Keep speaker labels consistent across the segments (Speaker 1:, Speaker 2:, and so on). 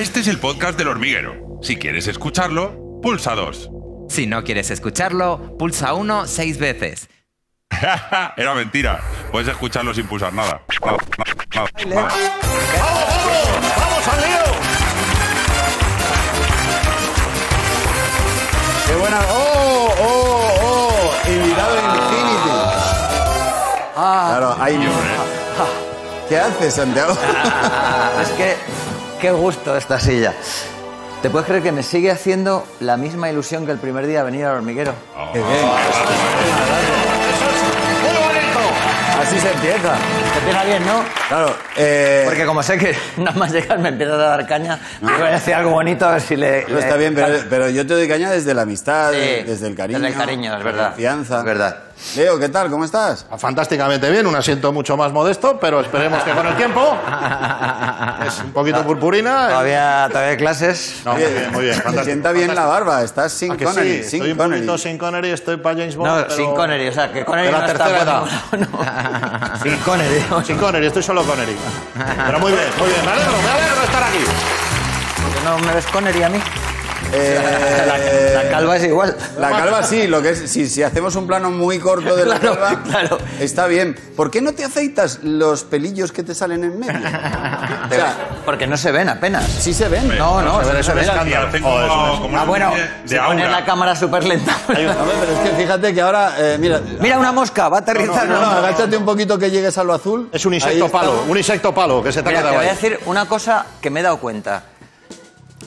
Speaker 1: Este es el podcast del hormiguero. Si quieres escucharlo, pulsa 2.
Speaker 2: Si no quieres escucharlo, pulsa uno seis veces.
Speaker 1: Era mentira. Puedes escucharlo sin pulsar nada. Nada,
Speaker 3: Ah,
Speaker 1: nada, nada.
Speaker 4: ¡Vamos al lío! ¡Qué buena! ¡Oh, oh, oh! Invitado Infinity. Ah. claro, hay... ¿Qué haces, Santiago?
Speaker 3: Ah, Es que qué gusto esta silla. ¿Te puedes creer que me sigue haciendo la misma ilusión que el primer día venir al hormiguero?
Speaker 4: ¡Qué bien! Así se empieza.
Speaker 3: Te empieza bien, ¿no?
Speaker 4: Claro, eh,
Speaker 3: Porque como sé que nada más llegar me empiezas a dar caña, te voy a decir algo bonito a ver si le...
Speaker 4: no está
Speaker 3: le-
Speaker 4: bien, pero, pero yo te doy caña desde la amistad,
Speaker 3: Sí,
Speaker 4: desde el cariño.
Speaker 3: desde el cariño, es
Speaker 4: la
Speaker 3: verdad.
Speaker 4: confianza.
Speaker 3: Es verdad.
Speaker 4: Leo, ¿qué tal? ¿Cómo estás?
Speaker 5: Fantásticamente bien, un asiento mucho más modesto, pero esperemos que con el tiempo. Es un poquito purpurina.
Speaker 3: Todavía, todavía hay clases.
Speaker 5: No, muy bien, muy bien.
Speaker 4: Te
Speaker 5: fantástico,
Speaker 4: sienta bien la
Speaker 5: fantástico.
Speaker 4: barba, estás sin
Speaker 5: ¿A que
Speaker 4: Connery.
Speaker 5: sí?
Speaker 4: sin
Speaker 5: estoy un
Speaker 4: Connery.
Speaker 5: poquito sin Connery, estoy para James Bond.
Speaker 3: No,
Speaker 5: pero-
Speaker 3: sin Connery, o sea, que Connery
Speaker 5: de la
Speaker 3: no está
Speaker 5: tercera
Speaker 3: por
Speaker 5: edad.
Speaker 3: ningún lado, no. Sin Connery. o sea,
Speaker 5: Sin Connery, estoy solo Connery. Pero muy bien, muy bien. Me alegro, me alegro de estar aquí.
Speaker 3: ¿No me ves Connery a mí?
Speaker 4: Eh,
Speaker 3: La calva es igual.
Speaker 4: La calva sí, lo que es, si, si hacemos un plano muy corto de la
Speaker 3: Claro,
Speaker 4: calva,
Speaker 3: claro.
Speaker 4: está bien. ¿Por qué no te aceitas los pelillos que te salen en medio? o sea,
Speaker 3: Porque no se ven apenas.
Speaker 4: sí se ven.
Speaker 3: No, no,
Speaker 5: se ven,
Speaker 3: no
Speaker 5: se ven.
Speaker 1: Y
Speaker 5: Escándalo.
Speaker 1: hacen
Speaker 5: Joder,
Speaker 1: como-
Speaker 5: es
Speaker 1: como
Speaker 3: Ah,
Speaker 1: una
Speaker 3: bueno,
Speaker 1: especie
Speaker 3: si
Speaker 1: de
Speaker 3: pones la
Speaker 1: aura.
Speaker 3: cámara súper lenta.
Speaker 4: Hombre, pero es que fíjate que ahora, eh, mira...
Speaker 3: Mira, una mosca, va a
Speaker 4: No,
Speaker 3: aterrizar.
Speaker 4: no,
Speaker 3: ¿no?
Speaker 4: agáchate un poquito que llegues a lo azul.
Speaker 5: Es un
Speaker 4: Ahí
Speaker 5: insecto
Speaker 4: está.
Speaker 5: palo, un insecto palo que se te ha
Speaker 3: Mira, te
Speaker 5: quedado
Speaker 3: voy a
Speaker 5: ahí.
Speaker 3: decir una cosa que me he dado cuenta.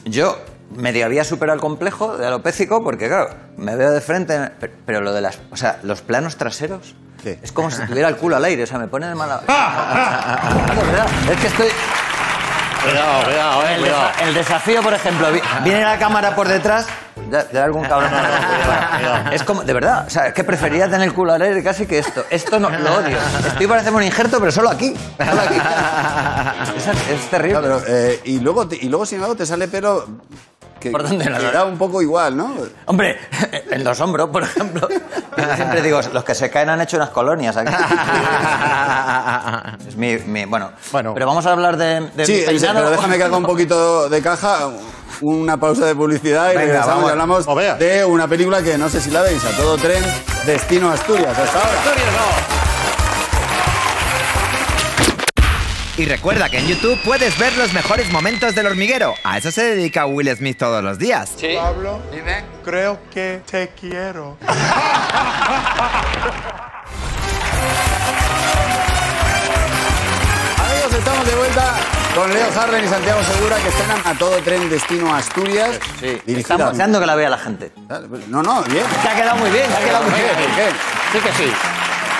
Speaker 3: Yo medio había superado el complejo de alopécico porque, claro, me veo de frente, pero, pero lo de las... O sea, los planos traseros...
Speaker 4: Sí.
Speaker 3: Es como si tuviera el culo al aire, o sea, me pone de mala... No, de verdad, es que estoy...
Speaker 5: Cuidado, cuidado, eh,
Speaker 3: El,
Speaker 5: cuidado.
Speaker 3: desa- el desafío, por ejemplo, vi- viene la cámara por detrás... Ya, ya algún cabrón. Es como, de verdad, o sea, es que prefería tener el culo al aire casi que esto. Esto no, lo odio. Estoy para hacerme un injerto, pero solo aquí. Solo aquí. Es, es terrible.
Speaker 4: Ya, pero, eh, y, luego te- y luego, sin embargo, te sale pelo que,
Speaker 3: ¿Por dónde,
Speaker 4: que
Speaker 3: Lola?
Speaker 4: da un poco igual, ¿no?
Speaker 3: Hombre, en los hombros, por ejemplo. Yo siempre digo, los que se caen han hecho unas colonias aquí. Es mi, mi- bueno,
Speaker 5: Bueno.
Speaker 3: pero vamos a hablar de, de mi
Speaker 4: Sí, eh,
Speaker 3: peinado.
Speaker 4: pero déjame que haga un poquito de caja, una pausa de publicidad y
Speaker 3: Venga,
Speaker 4: regresamos
Speaker 3: vamos.
Speaker 4: y hablamos
Speaker 5: O vea.
Speaker 4: de una película que no sé si la veis, a todo tren, Destino Asturias. Hasta ahora.
Speaker 2: Y recuerda que en YouTube puedes ver los mejores momentos del hormiguero. A eso se dedica Will Smith todos los días.
Speaker 6: Pablo, creo que te quiero.
Speaker 4: Amigos, estamos de vuelta con Leo Harden y Santiago Segura que estrenan a todo tren Destino Asturias.
Speaker 3: Pues Sí,
Speaker 4: dirigida-
Speaker 3: estamos deseando que la vea la gente.
Speaker 4: No, no, bien.
Speaker 3: Se ha quedado muy bien, se ha quedado muy
Speaker 4: Oye,
Speaker 3: bien.
Speaker 4: bien.
Speaker 3: Sí que sí.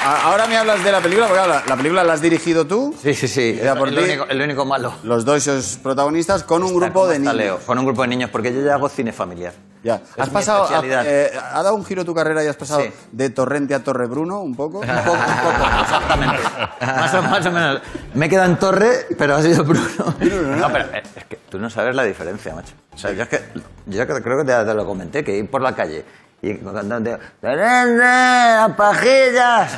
Speaker 4: A- Ahora me hablas de la película, porque claro, la, la película la has dirigido tú,
Speaker 3: Sí, sí, sí.
Speaker 4: Ya por
Speaker 3: el,
Speaker 4: ti.
Speaker 3: único, el único malo.
Speaker 4: los dos sois protagonistas, con un grupo
Speaker 3: ¿Cómo
Speaker 4: de
Speaker 3: está
Speaker 4: niños.
Speaker 3: Leo? Con un grupo de niños, porque yo ya hago cine familiar.
Speaker 4: Ya.
Speaker 3: Es
Speaker 4: Has
Speaker 3: mi
Speaker 4: pasado, ha,
Speaker 3: especialidad.
Speaker 4: eh, ha dado un giro tu carrera y has pasado
Speaker 3: Sí.
Speaker 4: de Torrente a Torre Bruno un poco.
Speaker 3: Un poco, un poco, exactamente. Más o, más o menos. Me he quedado en torre, pero ha sido Bruno. No, pero eh, es que tú no sabes la diferencia, macho. O sea, yo es que, yo creo- creo que te, te lo comenté, que ir por la calle y cuando te ¡Las pajillas!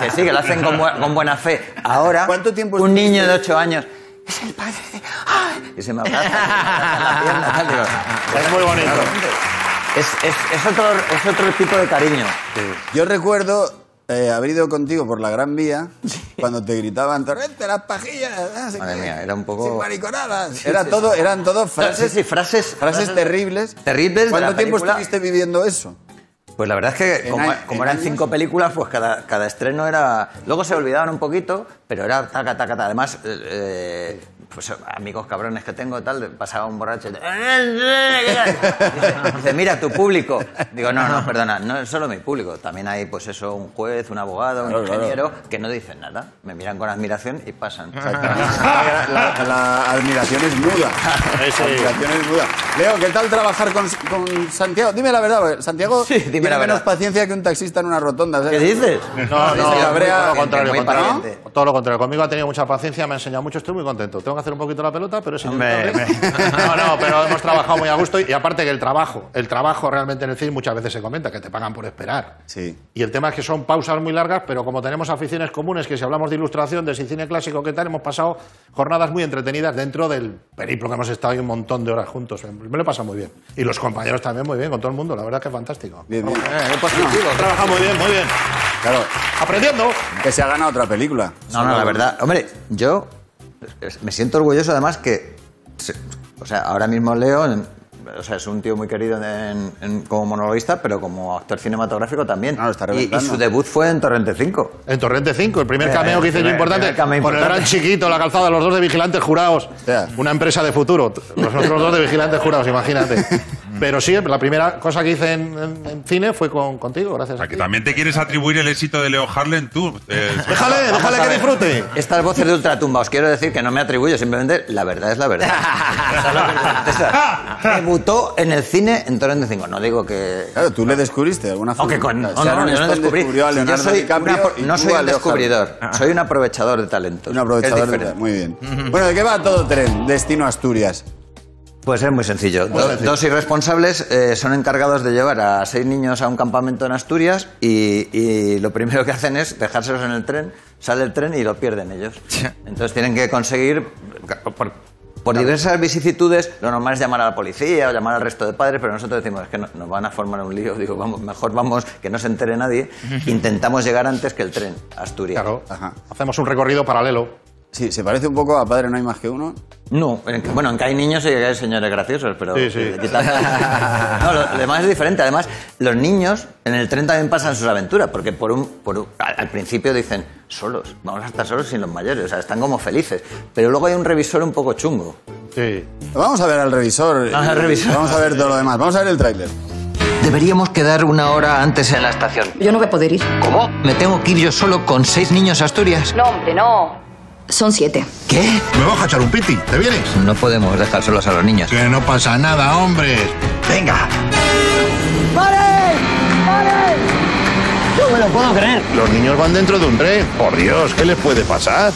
Speaker 3: Que sí, que lo hacen con, bu- con buena fe. Ahora,
Speaker 4: ¿Cuánto tiempo
Speaker 3: un
Speaker 4: estuviste?
Speaker 3: niño de 8 años... Es el padre de... ¡Ay! Y se me abraza, se me abraza la pierna, tal, digo,
Speaker 5: Es muy bonito.
Speaker 3: es, es- es otro, es otro tipo de cariño.
Speaker 4: Yo recuerdo eh, haber ido contigo por la Gran Vía cuando te gritaban Torrente las pajillas. no sé
Speaker 3: Madre
Speaker 4: qué,
Speaker 3: mía, era un poco-
Speaker 4: Sin mariconadas.
Speaker 3: Sí,
Speaker 4: era
Speaker 3: sí,
Speaker 4: todo, eran todo frases,
Speaker 3: Frases y frases...
Speaker 4: frases terribles.
Speaker 3: Terribles de
Speaker 4: ¿Cuánto
Speaker 3: la
Speaker 4: tiempo
Speaker 3: película?
Speaker 4: estuviste viviendo eso?
Speaker 3: Pues la verdad es que
Speaker 4: En
Speaker 3: como,
Speaker 4: a- en
Speaker 3: como eran
Speaker 4: años.
Speaker 3: cinco películas, pues cada, cada estreno era... Luego se olvidaban un poquito, pero era taca, taca, taca. Además, eh, eh, pues amigos cabrones que tengo, tal, pasaba un borracho y... te- Dice, dice, mira, tu público. Digo, no, no, perdona, no es solo mi público. También hay, pues eso, un juez, un abogado, un
Speaker 4: Claro, claro.
Speaker 3: ingeniero, que no dicen nada. Me miran con admiración y pasan.
Speaker 4: la, la- la admiración es muda.
Speaker 5: Eh, sí.
Speaker 4: La admiración es muda. Leo, ¿qué tal trabajar con, con Santiago? Dime la verdad, porque Santiago
Speaker 3: Sí, dime
Speaker 4: tiene
Speaker 3: la verdad.
Speaker 4: menos paciencia que un taxista en una rotonda. ¿sabes?
Speaker 3: ¿Qué dices?
Speaker 5: No, no,
Speaker 4: Se
Speaker 5: muy-
Speaker 4: cabrea
Speaker 5: todo lo contrario,
Speaker 3: muy
Speaker 5: contrario.
Speaker 3: paciente.
Speaker 5: Todo lo contrario, conmigo ha tenido mucha paciencia, me ha enseñado mucho, estoy muy contento. Tengo que hacer un poquito la pelota, pero sí.
Speaker 3: Hombre,
Speaker 5: No, no, pero hemos trabajado muy a gusto y, y aparte que el trabajo, el trabajo realmente en el cine muchas veces se comenta, que te pagan por esperar.
Speaker 4: Sí.
Speaker 5: Y el tema es que son pausas muy largas, pero como tenemos aficiones comunes, que si hablamos de ilustración, de si cine clásico, ¿qué tal? Hemos pasado jornadas muy entretenidas dentro del periplo que hemos estado ahí un montón de horas juntos. Me lo he pasado muy bien. Y los compañeros también muy bien, con todo el mundo. La verdad que fantástico.
Speaker 4: Bien, bien.
Speaker 3: eh,
Speaker 5: Positivo, trabaja muy bien, muy bien.
Speaker 4: Claro,
Speaker 5: Aprendiendo.
Speaker 4: que se ha ganado otra película.
Speaker 3: No, no, la verdad. Hombre, yo es- me siento orgulloso además que. se- O sea, ahora mismo Leo. en- O sea, es un tío muy querido en- en- como monologuista, pero como actor cinematográfico también.
Speaker 4: Claro, está
Speaker 3: y, y
Speaker 4: reventando.
Speaker 3: su debut fue en Torrente 5.
Speaker 5: En Torrente 5, el primer cameo que hice yo
Speaker 3: Eh, el primer
Speaker 5: importante,
Speaker 3: cameo
Speaker 5: con el
Speaker 3: importante.
Speaker 5: gran chiquito, la calzada, los dos de vigilantes jurados.
Speaker 4: Ya.
Speaker 5: Una empresa de futuro. Los otros dos de vigilantes jurados, imagínate. Pero sí, la primera cosa que hice en, en- en cine fue con, contigo, gracias.
Speaker 1: O
Speaker 5: a
Speaker 1: sea, que
Speaker 5: ti.
Speaker 1: también te quieres atribuir el éxito de Leo Harlem tú. eh,
Speaker 5: Déjale,
Speaker 3: Vamos
Speaker 5: déjale
Speaker 3: a
Speaker 5: que
Speaker 3: ver.
Speaker 5: disfrute.
Speaker 3: Estas voces de ultratumba, os quiero decir que no me atribuyo, simplemente la verdad es la verdad. Esa es la verdad. Esa. Debutó en el cine en Torrente 5. No digo que.
Speaker 4: Claro, tú le descubriste de alguna forma.
Speaker 3: Aunque con.
Speaker 4: O sea,
Speaker 3: No,
Speaker 4: Sharon
Speaker 3: no, yo no
Speaker 4: Stone
Speaker 3: descubrí. Ah.
Speaker 4: descubrió a
Speaker 3: Si yo
Speaker 4: Leonardo
Speaker 3: soy
Speaker 4: DiCaprio
Speaker 3: una pro-
Speaker 4: y
Speaker 3: no
Speaker 4: tú
Speaker 3: soy
Speaker 4: a
Speaker 3: un
Speaker 4: Leo
Speaker 3: descubridor, soy un aprovechador de talentos.
Speaker 4: Harlem. Un aprovechador
Speaker 3: Es
Speaker 4: de-
Speaker 3: diferente.
Speaker 4: Muy bien. Bueno, ¿de qué va todo tren? Destino Asturias.
Speaker 3: Pues es muy sencillo. Do- Dos irresponsables eh, son encargados de llevar a seis niños a un campamento en Asturias y, y lo primero que hacen es dejárselos en el tren, sale el tren y lo pierden ellos. Entonces tienen que conseguir, por, por diversas vicisitudes, lo normal es llamar a la policía o llamar al resto de padres, pero nosotros decimos, es que no- nos van a formar un lío, digo, vamos, mejor vamos, que no se entere nadie. Intentamos llegar antes que el tren a Asturias.
Speaker 5: Claro,
Speaker 4: Ajá.
Speaker 5: hacemos un recorrido paralelo.
Speaker 4: Sí, se parece un poco a Padre No hay más que uno.
Speaker 3: No, en que- bueno, en que hay niños y que hay señores graciosos, pero...
Speaker 5: Sí, sí.
Speaker 3: quitando- No, lo, lo demás es diferente. Además, los niños en el tren también pasan sus aventuras, porque por un, por un- al, al principio dicen, solos, vamos a estar solos sin los mayores, o sea, están como felices. Pero luego hay un revisor un poco chungo.
Speaker 5: Sí.
Speaker 4: Vamos a ver al revisor.
Speaker 3: Vamos al revisor.
Speaker 4: Vamos a ver todo lo demás. Vamos a ver el tráiler.
Speaker 3: Deberíamos quedar una hora antes en la estación.
Speaker 7: Yo no voy a poder ir.
Speaker 3: ¿Cómo? ¿Me tengo que ir yo solo con seis niños a Asturias?
Speaker 7: No, hombre, no. Son siete.
Speaker 3: ¿Qué?
Speaker 5: Me voy a echar un piti, ¿te vienes?
Speaker 3: No podemos dejar solos a los niños.
Speaker 5: Que no pasa nada, hombres.
Speaker 3: ¡Venga!
Speaker 5: Los niños van dentro de un tren. Por Dios, ¿qué les puede pasar?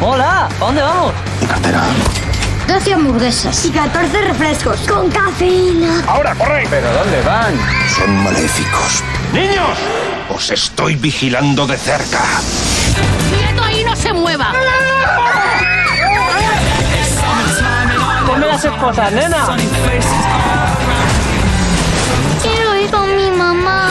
Speaker 8: Hola, ¿a dónde vamos?
Speaker 9: 12 hamburguesas y 14 refrescos con cafeína.
Speaker 10: Son maléficos.
Speaker 8: ¡Niños!
Speaker 10: Os estoy vigilando de cerca.
Speaker 9: Quieto ahí, no se mueva.
Speaker 8: Ponme las cosas, nena.
Speaker 9: Quiero ir con mi mamá.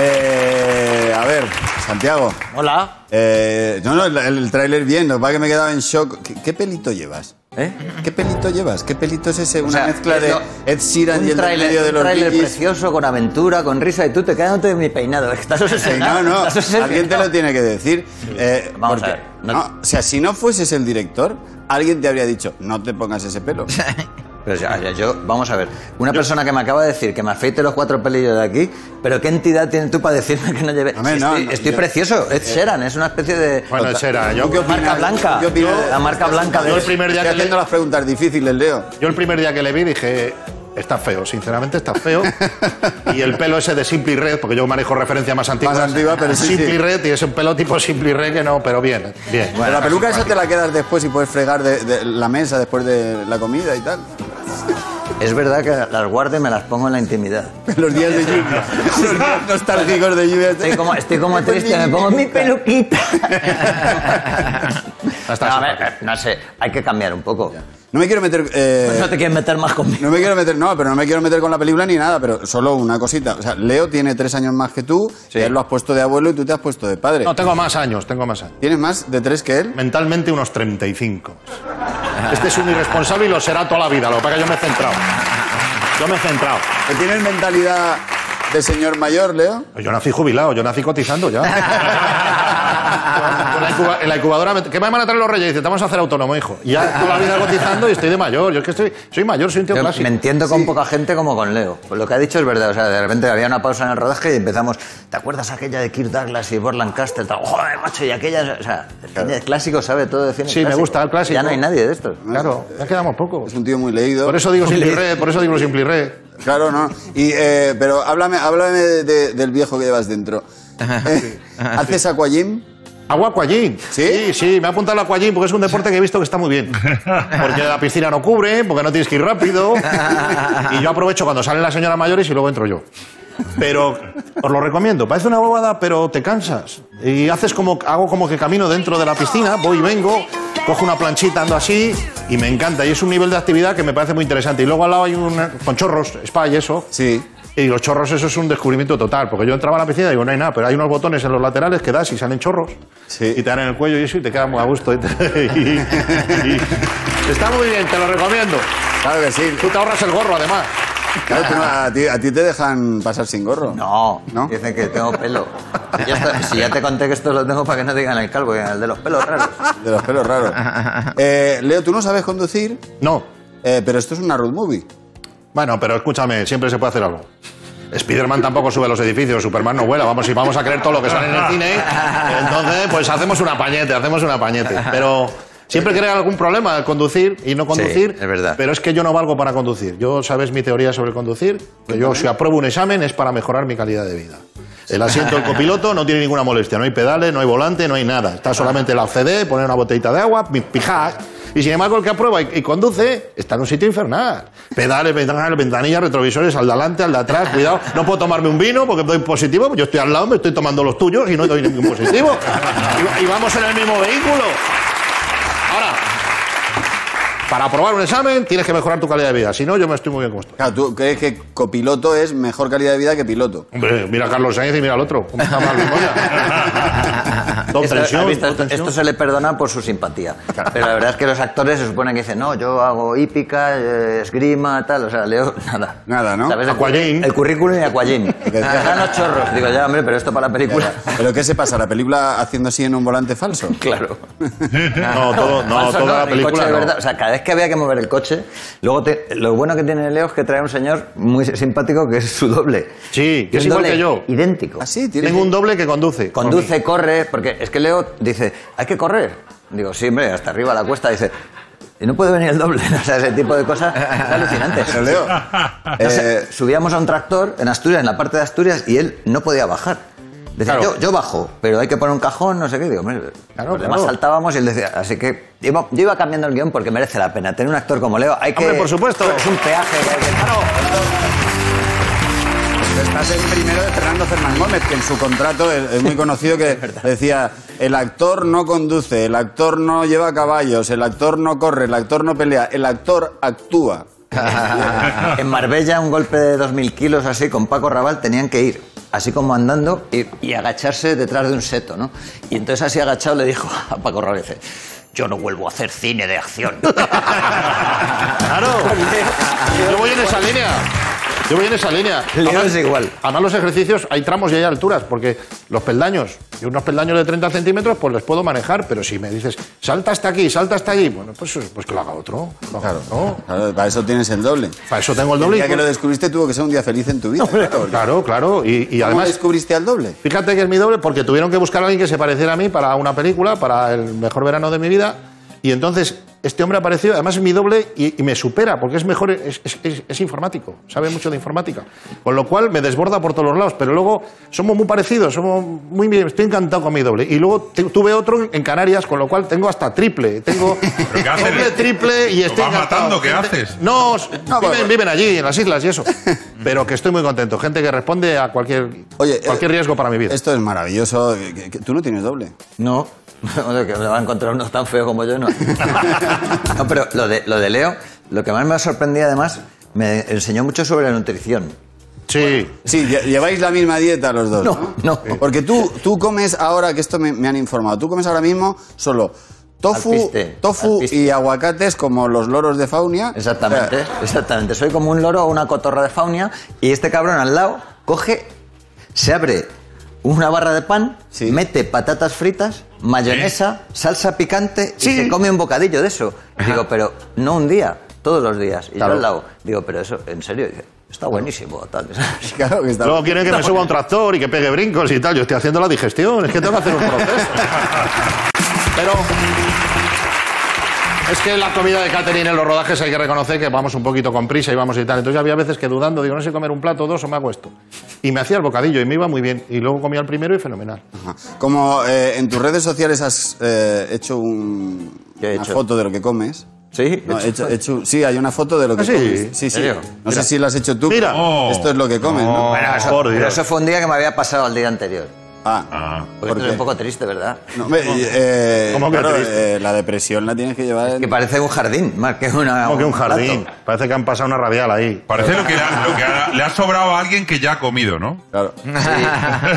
Speaker 4: Eh, a ver, Santiago.
Speaker 3: Hola.
Speaker 4: Eh, no, no, el, el tráiler bien. Lo que pasa es que me he quedado en shock. ¿Qué, qué pelito llevas?
Speaker 3: ¿Eh?
Speaker 4: ¿Qué pelito llevas? ¿Qué pelito es ese? Una
Speaker 3: sea,
Speaker 4: mezcla
Speaker 3: es
Speaker 4: de
Speaker 3: lo-
Speaker 4: Ed Sheeran y el del
Speaker 3: un tráiler
Speaker 4: medio de
Speaker 3: un
Speaker 4: los
Speaker 3: tráiler
Speaker 4: Billys.
Speaker 3: precioso, con aventura, con risa, y tú te quedándote de mi peinado. ¿eh? Estás obsesionado.
Speaker 4: No, no,
Speaker 3: estás obsesionado.
Speaker 4: alguien te lo tiene que decir. Eh,
Speaker 3: Vamos
Speaker 4: porque-
Speaker 3: a ver, no-
Speaker 4: no, o sea, si no fueses el director, alguien te habría dicho, no te pongas ese pelo.
Speaker 3: Pero ya, ya, yo, vamos a ver, una persona que me acaba de decir que me afeite los cuatro pelillos de aquí, pero ¿qué entidad tienes tú para decirme que no lleve?
Speaker 4: Hombre,
Speaker 3: Si
Speaker 4: no,
Speaker 3: estoy
Speaker 4: no,
Speaker 3: estoy
Speaker 4: yo- eh,
Speaker 3: precioso, es Sheran, es una especie de... Tota.
Speaker 5: Bueno, será. Yo,
Speaker 4: ¿Tú qué opinas?
Speaker 3: Marca blanca.
Speaker 4: ¿Qué opinas?
Speaker 3: La marca blanca de-
Speaker 5: Yo el primer día
Speaker 4: Estoy
Speaker 5: que le-
Speaker 4: haciendo las preguntas difíciles, Leo.
Speaker 5: Yo el primer día que le vi dije, está feo, sinceramente está feo. y el pelo ese de Simply Red, porque yo manejo referencia más antigua.
Speaker 4: Más antigua, pero sí,
Speaker 5: Simply
Speaker 4: sí.
Speaker 5: Red y es un pelo tipo Simply Red que no, pero bien, bien.
Speaker 4: Pero la peluca esa te la quedas después y puedes fregar de, de la mesa después de la comida y tal.
Speaker 3: Es verdad que las guardo y me las pongo en la intimidad.
Speaker 4: Los días de lluvia. Los días nostálgicos de lluvia.
Speaker 3: Estoy como, estoy como triste, me pongo mi peluquita.
Speaker 5: Hasta
Speaker 3: no, a
Speaker 5: simpático.
Speaker 3: ver, no sé, hay que cambiar un poco. Pues
Speaker 4: No me quiero meter... eh,
Speaker 3: No te quieres meter más conmigo.
Speaker 4: No me quiero meter, no, pero no me quiero meter con la película ni nada, pero solo una cosita. O sea, Leo tiene tres años más que tú,
Speaker 3: Sí.
Speaker 4: él lo has puesto de abuelo y tú te has puesto de padre.
Speaker 5: No, tengo más años, tengo más años.
Speaker 4: ¿Tienes más de tres que él?
Speaker 5: Mentalmente unos 35. Este es un irresponsable y lo será toda la vida, lo que pasa es que yo me he centrado. Yo me he centrado.
Speaker 4: ¿Que ¿Tienes mentalidad de señor mayor, Leo?
Speaker 5: Yo nací jubilado, yo nací cotizando ya. Con la incuba- en la incubadora, me- ¿qué me van a traer los reyes? Dice, te vamos a hacer autónomo, hijo. Y ya toda la vida cotizando y estoy de mayor. Yo es que estoy, soy mayor, soy un tío
Speaker 3: Yo
Speaker 5: clásico.
Speaker 3: me entiendo con poca gente como con Leo. Lo que ha dicho es verdad. O sea, de repente había una pausa en el rodaje y empezamos. ¿Te acuerdas aquella de Kirk Douglas y Borland Castle? Tal, Joder, macho, y aquella. O sea, el cine clásico sabe todo de cine
Speaker 5: Sí, me
Speaker 3: clásico.
Speaker 5: gusta el clásico.
Speaker 3: Ya no hay nadie de estos.
Speaker 5: Claro, ya quedamos pocos.
Speaker 4: Es un tío muy leído.
Speaker 5: Por eso digo Simply Red, por eso digo Simply Red.
Speaker 4: Claro, no. Y, eh, pero háblame, háblame de- de- del viejo que llevas dentro. Eh, ¿Haces aquagym?
Speaker 5: Hago aquagym. ¿Sí? sí, me ha apuntado al aquagym porque es un deporte que he visto que está muy bien. Porque la piscina no cubre, porque no tienes que ir rápido. Y yo aprovecho cuando salen las señoras mayores y luego entro yo. Pero os lo recomiendo. Parece una bobada, pero te cansas. Y haces como, hago como que camino dentro de la piscina, voy y vengo, cojo una planchita, ando así y me encanta. Y es un nivel de actividad que me parece muy interesante. Y luego al lado hay un... con chorros, spa y eso.
Speaker 4: Sí.
Speaker 5: Y los chorros, eso es un descubrimiento total, porque yo entraba a la piscina y digo, no hay nada, pero hay unos botones en los laterales que das y salen chorros.
Speaker 4: Sí.
Speaker 5: Y te dan en el cuello y eso y te queda muy a gusto. Y te- y- y- está muy bien, te lo recomiendo.
Speaker 4: Claro que sí.
Speaker 5: Tú te ahorras el gorro, además.
Speaker 4: Claro, tú no- a, ti, a ti te dejan pasar sin gorro.
Speaker 3: No,
Speaker 4: ¿No?
Speaker 3: dicen que tengo pelo. Ya está, si ya te conté que esto lo tengo para que no digan el calvo, que el de los pelos raros.
Speaker 4: De los pelos raros. Eh, Leo, tú no sabes conducir,
Speaker 5: No.
Speaker 4: eh, pero esto es una road movie.
Speaker 5: Bueno, pero escúchame, siempre se puede hacer algo. Spiderman tampoco sube a los edificios, Superman no vuela, vamos, si vamos a creer todo lo que sale en el cine, entonces pues hacemos un apañete, hacemos un apañete. Pero siempre crea algún problema al conducir y no conducir.
Speaker 3: Eh, Sí, es verdad.
Speaker 5: Pero es que yo no valgo para conducir. Yo, ¿sabes mi teoría sobre conducir? Que yo si apruebo un examen es para mejorar mi calidad de vida. El asiento del copiloto no tiene ninguna molestia, no hay pedales, no hay volante, no hay nada. Está solamente la OCD, poner una botellita de agua, mis pijas. Y sin embargo, el que aprueba y, y conduce está en un sitio infernal. Pedales, ventanillas, ventanillas, retrovisores, al de adelante, al de atrás, cuidado. No puedo tomarme un vino porque doy positivo, yo estoy al lado, me estoy tomando los tuyos y no doy ningún positivo. Y- y vamos en el mismo vehículo. Ahora, para aprobar un examen tienes que mejorar tu calidad de vida. Si no, yo me estoy muy bien como estoy.
Speaker 4: Claro, tú crees que copiloto es mejor calidad de vida que piloto.
Speaker 5: Hombre, mira a Carlos Sainz y mira al otro. ¿Cómo está mal, coño? Don
Speaker 3: Esto,
Speaker 5: Tensión,
Speaker 3: ¿has visto?
Speaker 5: Don Tensión.
Speaker 3: Esto se le perdona por su simpatía. Pero la verdad es que los actores se supone que dicen, no, yo hago hípica, eh, esgrima, tal. O sea, leo nada.
Speaker 4: Nada, ¿no?
Speaker 3: ¿Sabes? El, cu-
Speaker 5: Aquagym.
Speaker 3: el currículum y aquagym. Ganan los chorros. Digo, ya, hombre, pero esto para la película.
Speaker 4: ¿Pero qué se pasa? ¿La película haciendo así en un volante falso?
Speaker 3: Claro.
Speaker 5: No, todo- no,
Speaker 3: Falso,
Speaker 5: toda la
Speaker 3: el
Speaker 5: película
Speaker 3: coche de
Speaker 5: no.
Speaker 3: verdad. O sea, cada vez que había que mover el coche, luego te- lo bueno que tiene Leo es que trae un señor muy simpático que es su doble.
Speaker 5: Sí,
Speaker 3: Un
Speaker 5: que es igual
Speaker 3: doble
Speaker 5: que yo.
Speaker 3: Idéntico.
Speaker 4: ¿Ah, sí? ¿Tiene
Speaker 5: Tengo un doble que conduce.
Speaker 3: Conduce, corre, porque es que Leo dice, hay que correr. Digo, sí, hombre, hasta arriba la cuesta, dice, y no puede venir el doble, o sea, ese tipo de cosas es alucinante.
Speaker 4: Pero Leo,
Speaker 3: No sé,
Speaker 4: eh,
Speaker 3: subíamos a un tractor en Asturias, en la parte de Asturias, y él no podía bajar. Decía,
Speaker 5: Claro.
Speaker 3: yo, yo bajo, pero hay que poner un cajón, no sé qué. Digo, hombre,
Speaker 5: Claro,
Speaker 3: los demás
Speaker 5: claro.
Speaker 3: saltábamos y él decía, así que iba- yo iba cambiando el guión porque merece la pena. Tener un actor como Leo, hay que.
Speaker 5: Hombre, por supuesto.
Speaker 3: Es un peaje que hay que.
Speaker 4: estás en primero de Fernando Fernán Gómez, que en su contrato es, es muy conocido que decía, el actor no conduce, el actor no lleva caballos, el actor no corre, el actor no pelea, el actor actúa.
Speaker 3: en Marbella, un golpe de 2.000 kilos así con Paco Raval, tenían que ir así como andando y, y agacharse detrás de un seto, ¿no? Y entonces así agachado le dijo a Paco Raval, dice, yo no vuelvo a hacer cine de acción.
Speaker 5: Claro. Yo voy en esa línea. Yo voy en esa línea.
Speaker 3: Leo es igual.
Speaker 5: Además, los ejercicios hay tramos y hay alturas, porque los peldaños, y unos peldaños de 30 centímetros, pues los puedo manejar, pero si me dices, salta hasta aquí, salta hasta allí, bueno, pues, pues que lo haga otro. Lo haga otro.
Speaker 4: Claro, para eso tienes el doble.
Speaker 5: Para eso tengo el
Speaker 4: El
Speaker 5: doble.
Speaker 4: día que lo descubriste tuvo que ser un día feliz en tu vida. claro, porque-
Speaker 5: Claro, claro. Y, y
Speaker 4: ¿Cómo
Speaker 5: además,
Speaker 4: descubriste al doble?
Speaker 5: Fíjate que es mi doble porque tuvieron que buscar a alguien que se pareciera a mí para una película, para el mejor verano de mi vida. Y entonces este hombre apareció, además es mi doble y, y me supera porque es mejor, es, es- es- es informático, sabe mucho de informática. Con lo cual me desborda por todos los lados, pero luego somos muy parecidos, somos muy bien, estoy encantado con mi doble. Y luego te- tuve otro en Canarias, con lo cual tengo hasta triple, tengo
Speaker 1: ¿Pero qué haces?
Speaker 5: doble, triple y
Speaker 1: ¿Lo
Speaker 5: estoy
Speaker 1: vas
Speaker 5: encantado.
Speaker 1: matando? ¿Qué
Speaker 5: Gente-
Speaker 1: haces?
Speaker 5: no, s- viven,
Speaker 4: bueno.
Speaker 5: viven allí, en las islas y eso. Pero que estoy muy contento. Gente que responde a cualquier,
Speaker 4: Oye,
Speaker 5: cualquier
Speaker 4: eh,
Speaker 5: riesgo para mi vida.
Speaker 4: Esto es maravilloso. que- que- Tú no tienes doble.
Speaker 3: No. Joder, que me va a encontrar uno tan feo como yo, no. No, pero lo de, lo de Leo, lo que más me ha sorprendido además, me enseñó mucho sobre la nutrición.
Speaker 5: Sí.
Speaker 4: Sí, lle- lleváis la misma dieta los dos. No,
Speaker 3: No, no.
Speaker 4: Porque tú, tú comes ahora, que esto me, me han informado, tú comes ahora mismo solo tofu,
Speaker 3: Alpiste,
Speaker 4: tofu
Speaker 3: alpiste.
Speaker 4: y aguacates como los loros de Faunia.
Speaker 3: Exactamente, exactamente. Soy como un loro o una cotorra de faunia y este cabrón al lado coge, se abre una barra de pan,
Speaker 4: Sí.
Speaker 3: mete patatas fritas, mayonesa, salsa picante y se come un bocadillo de eso. Digo, pero no un día, todos los días. Y yo al lado, digo, pero eso, en serio, Y dice, está buenísimo. Tal.
Speaker 4: O sea, claro que está.
Speaker 5: Luego quieren que me suba a un tractor y que pegue brincos y tal. Yo estoy haciendo la digestión, es que tengo que hacer un proceso. Pero. Es que la comida de catering en los rodajes hay que reconocer que vamos un poquito con prisa y vamos y tal. Entonces había veces que dudando, digo, no sé comer un plato o dos o me hago esto. Y me hacía el bocadillo y me iba muy bien. Y luego comía el primero y fenomenal.
Speaker 4: Ajá. Como eh, en tus redes sociales has eh, hecho un-
Speaker 3: ¿Qué he
Speaker 4: una
Speaker 3: hecho?
Speaker 4: foto de lo que comes.
Speaker 3: Sí,
Speaker 4: No, he
Speaker 3: hecho-
Speaker 4: hecho- he hecho- sí, hay una foto de lo que
Speaker 5: ¿Ah, sí?
Speaker 4: comes. Sí, sí.
Speaker 3: ¿En serio?
Speaker 4: No sé si lo has hecho tú.
Speaker 5: Mira.
Speaker 1: Oh.
Speaker 4: Esto es lo que comes, ¿no?
Speaker 5: Bueno, eso-
Speaker 3: Pero eso fue un día que me había pasado al día anterior.
Speaker 4: Ah.
Speaker 1: Ah.
Speaker 3: Porque
Speaker 4: ¿Por
Speaker 3: esto es
Speaker 4: qué?
Speaker 3: un poco triste, ¿verdad?
Speaker 4: No, hombre, y, eh,
Speaker 5: ¿Cómo que
Speaker 4: claro,
Speaker 5: triste?
Speaker 4: eh, la depresión la tienes que llevar en-
Speaker 3: Que parece un jardín, más que una.
Speaker 5: Como que un
Speaker 3: plato.
Speaker 5: jardín. Parece que han pasado una radial ahí.
Speaker 1: Parece lo que, le ha- lo que ha- le ha sobrado a alguien que ya ha comido, ¿no?
Speaker 4: Claro.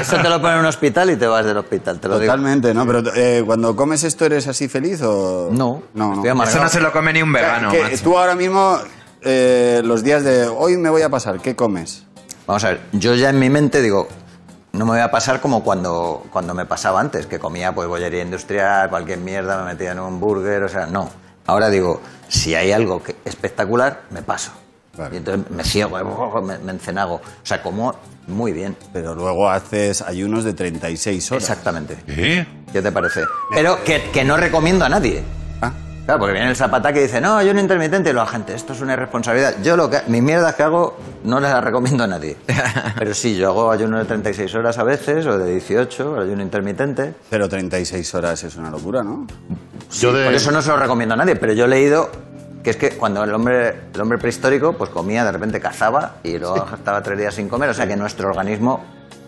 Speaker 3: Eso te lo ponen en un hospital y te vas del hospital, te lo
Speaker 4: Totalmente, ¿no? Pero eh, cuando comes esto, ¿eres así feliz o...?
Speaker 3: digo. No,
Speaker 4: No, no.
Speaker 3: estoy amargado.
Speaker 2: Eso no se lo come ni un
Speaker 5: Ah,
Speaker 2: vegano,
Speaker 4: Que-
Speaker 2: macho.
Speaker 4: Tú ahora mismo, eh, los días de hoy me voy a pasar, ¿qué comes?
Speaker 3: Vamos a ver, yo ya en mi mente digo, no me voy a pasar como cuando, cuando me pasaba antes, que comía pues bollería industrial, cualquier mierda, me metía en un burger, o sea, no. Ahora digo, si hay algo que- espectacular, me paso.
Speaker 4: Vale.
Speaker 3: Y entonces me ciego, me, me encenago. O sea, como muy bien.
Speaker 4: Pero luego haces ayunos de 36 horas.
Speaker 3: Exactamente.
Speaker 1: ¿Eh?
Speaker 3: ¿Qué te parece? Pero que, que no recomiendo a nadie.
Speaker 4: Ah.
Speaker 3: Claro, porque viene el zapata que dice, no, yo no intermitente, y la gente, esto es una irresponsabilidad. Yo lo que, mis mierdas que hago no las recomiendo a nadie. Pero sí, yo hago ayuno de 36 horas a veces, o de 18, o ayuno intermitente.
Speaker 4: Pero 36 horas es una locura, ¿no?
Speaker 5: Yo de-
Speaker 3: Por eso no se lo recomiendo a nadie, pero yo he leído que es que cuando el hombre, el hombre prehistórico pues comía, de repente cazaba y luego estaba tres días sin comer, o sea que nuestro organismo...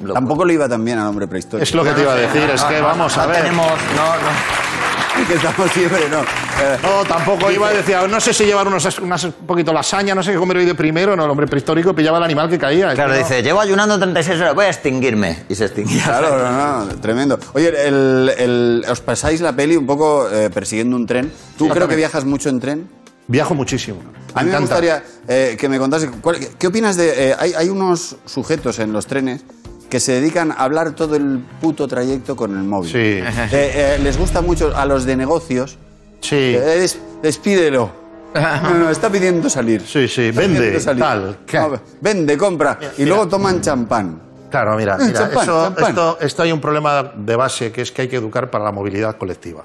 Speaker 3: lo-
Speaker 4: Tampoco le iba tan bien al hombre prehistórico.
Speaker 5: Es lo que te iba a decir, es
Speaker 3: No,
Speaker 5: que
Speaker 3: no,
Speaker 5: vamos a
Speaker 3: no
Speaker 5: ver.
Speaker 3: Tenemos, no, no.
Speaker 4: que estamos siempre, no. Eh,
Speaker 5: No, tampoco iba a decir, no sé si llevar unos, unas- un poquito lasaña, no sé qué comer hoy de primero, no, el hombre prehistórico pillaba el animal que caía. Es
Speaker 3: Claro,
Speaker 5: que no-
Speaker 3: dice, llevo ayunando 36 horas, voy a extinguirme. Y se extinguía.
Speaker 4: Claro, no, no, tremendo. Oye, el- el- os pasáis la peli un poco eh, persiguiendo un tren. ¿Tú creo que viajas mucho en tren?
Speaker 5: Viajo muchísimo.
Speaker 4: A mí me
Speaker 5: encanta.
Speaker 4: gustaría eh, que me contase, cuál- ¿qué opinas de...? eh, hay, hay unos sujetos en los trenes que se dedican a hablar todo el puto trayecto con el móvil.
Speaker 5: Sí.
Speaker 4: Eh, eh, les gusta mucho a los de negocios.
Speaker 5: Sí,
Speaker 4: eh, des- despídelo. No, no, está pidiendo salir.
Speaker 5: sí, sí.
Speaker 4: Está
Speaker 5: Vende,
Speaker 4: pidiendo salir.
Speaker 5: tal. ¿qué?
Speaker 4: No, vende, compra. Y luego toman champán.
Speaker 5: Claro, mira, mira,
Speaker 4: champán,
Speaker 5: eso-
Speaker 4: champán.
Speaker 5: Esto, esto hay un problema de base que es que hay que educar para la movilidad colectiva.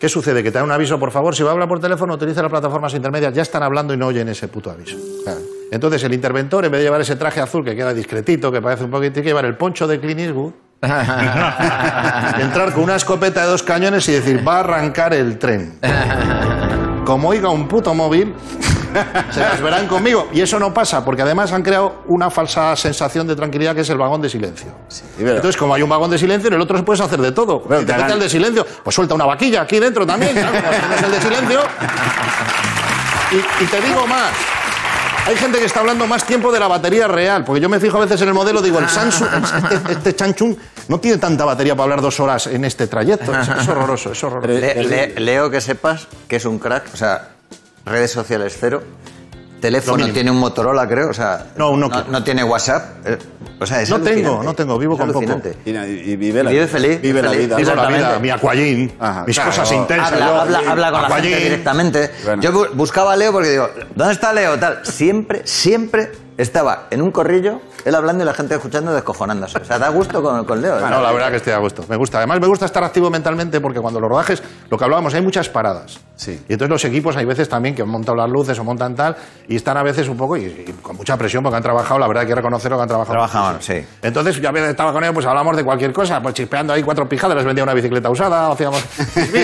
Speaker 5: ¿Qué sucede? Que te dan un aviso, por favor, si va a hablar por teléfono, utiliza las plataformas intermedias, ya están hablando y no oyen ese puto aviso. Entonces el interventor, en vez de llevar ese traje azul que queda discretito, que parece un poquito, tiene que llevar el poncho de Clint Eastwood, entrar con una escopeta de dos cañones y decir, va a arrancar el tren. Como oiga un puto móvil, se las verán conmigo. Y eso no pasa, porque además han creado una falsa sensación de tranquilidad que es el vagón de silencio.
Speaker 4: pero-
Speaker 5: Entonces, como hay un vagón de silencio, en el otro se puedes hacer de todo.
Speaker 4: Pero
Speaker 5: Si
Speaker 4: te
Speaker 5: te mete
Speaker 4: harán-
Speaker 5: el de silencio, pues suelta una vaquilla aquí dentro también, claro, como tienes el de silencio. Y, y te digo más. Hay gente que está hablando más tiempo de la batería real, porque yo me fijo a veces en el modelo, digo, el Samsung, este, este Samsung no tiene tanta batería para hablar dos horas en este trayecto. Es, es horroroso, es horroroso.
Speaker 3: Le- le- leo que sepas que es un crack, o sea, redes sociales cero. Teléfono tiene un Motorola, creo, o sea,
Speaker 5: No, un Nokia.
Speaker 3: no, no tiene WhatsApp. eh, O sea, es
Speaker 5: No tengo,
Speaker 3: alucinante.
Speaker 5: no tengo, vivo
Speaker 3: Es
Speaker 5: con poco.
Speaker 3: alucinante.
Speaker 4: Y, y vive la
Speaker 3: Vive
Speaker 4: vida.
Speaker 3: feliz,
Speaker 4: Vive la
Speaker 3: feliz.
Speaker 4: vida.
Speaker 5: Vivo la vida,
Speaker 3: exactamente.
Speaker 5: mi aquallín,
Speaker 4: Ajá,
Speaker 5: mis
Speaker 4: claro.
Speaker 5: cosas intensas.
Speaker 3: Habla,
Speaker 5: yo- eh,
Speaker 3: habla, habla con la gente
Speaker 5: Aquallín.
Speaker 3: directamente.
Speaker 4: Bueno.
Speaker 3: Yo bu- buscaba a Leo porque digo, ¿dónde está Leo? Tal. Siempre, siempre estaba en un corrillo, él hablando y la gente escuchando descojonándose. O sea, da gusto con, con Leo. ¿eh?
Speaker 5: No, la verdad que estoy a gusto. Me gusta. Además, me gusta estar activo mentalmente porque cuando los rodajes, lo que hablábamos, hay muchas paradas.
Speaker 4: Sí.
Speaker 5: Y entonces los equipos hay veces también que han montado las luces o montan tal y están a veces un poco y, y con mucha presión porque han trabajado, la verdad hay que reconocerlo que han trabajado.
Speaker 3: Trabajaban,
Speaker 5: muchísimo.
Speaker 3: sí.
Speaker 5: Entonces, yo a veces estaba con ellos, pues hablamos de cualquier cosa, pues chispeando ahí cuatro pijadas, les vendía una bicicleta usada, o hacíamos...